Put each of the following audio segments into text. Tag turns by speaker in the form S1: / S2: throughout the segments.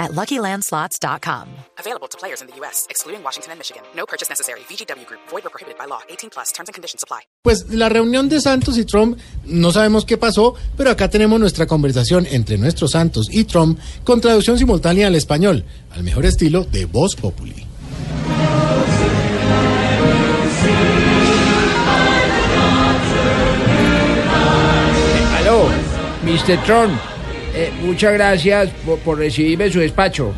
S1: at luckylandslots.com.
S2: Available to players in the U.S., excluding Washington and Michigan. No purchase necessary. VGW Group, void or prohibited by law. 18 plus terms and conditions apply.
S3: Pues la reunión de Santos y Trump, no sabemos qué pasó, pero acá tenemos nuestra conversación entre nuestros Santos y Trump con traducción simultánea al español, al mejor estilo de Voz Populi.
S4: Aló, Mr. Trump. eh, muchas gracias por, por recibirme en su despacho.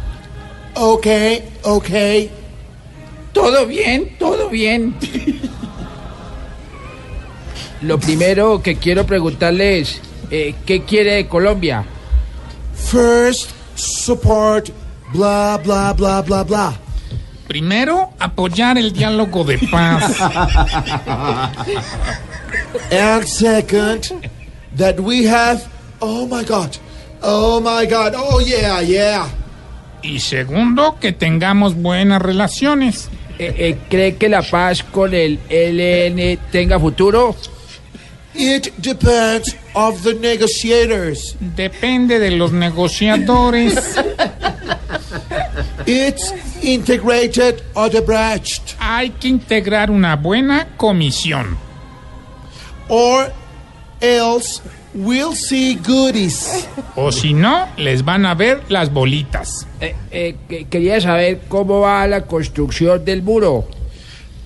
S3: Ok, ok.
S4: Todo bien, todo bien. Lo primero que quiero preguntarle es, eh, ¿qué quiere de Colombia?
S3: First, support, bla, bla, bla, bla, bla.
S5: Primero, apoyar el diálogo de paz.
S3: And second, that we have... Oh, my God. Oh, my God. Oh, yeah, yeah.
S5: Y segundo, que tengamos buenas relaciones.
S4: Eh, eh, ¿Cree que la paz con el LN tenga futuro?
S3: It depends of the negotiators.
S5: Depende de los negociadores.
S3: It's integrated or debauched,
S5: Hay que integrar una buena comisión.
S3: or else we'll see goodies.
S5: O si no, les van a ver las bolitas.
S4: Eh, eh, que- quería saber cómo va la construcción del muro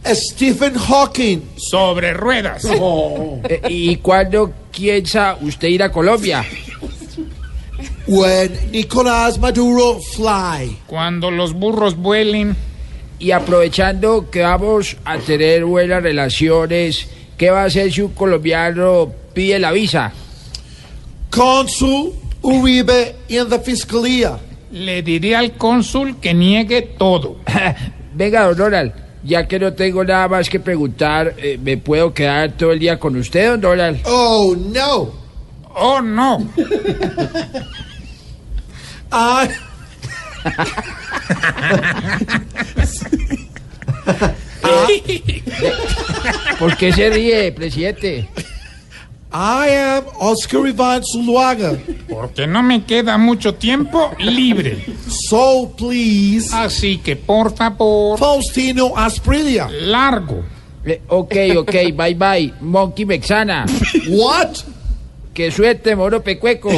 S3: Stephen Hawking.
S5: Sobre ruedas.
S4: Eh, y cuándo piensa usted ir a Colombia.
S3: When Nicolás Maduro fly.
S5: Cuando los burros vuelen.
S4: Y aprovechando que vamos a tener buenas relaciones, ¿qué va a hacer si un colombiano pide la visa?
S3: Consul Uribe in the Fiscalia.
S5: Le diré al cónsul que niegue todo.
S4: Venga, don Donald, ya que no tengo nada más que preguntar, eh, ¿me puedo quedar todo el día con usted, don Donald?
S3: Oh no.
S5: Oh, no.
S3: I.
S5: Ah,
S4: ¿Por qué se ríe, presidente?
S3: I am Oscar Ivan Zuluaga.
S5: Porque no me queda mucho tiempo libre.
S3: So please.
S5: Así que, por favor,
S3: Faustino Asprilia.
S5: largo.
S4: Eh, ok, ok, bye bye, Monkey Mexana.
S3: What?
S4: Que suerte, moro pecueco.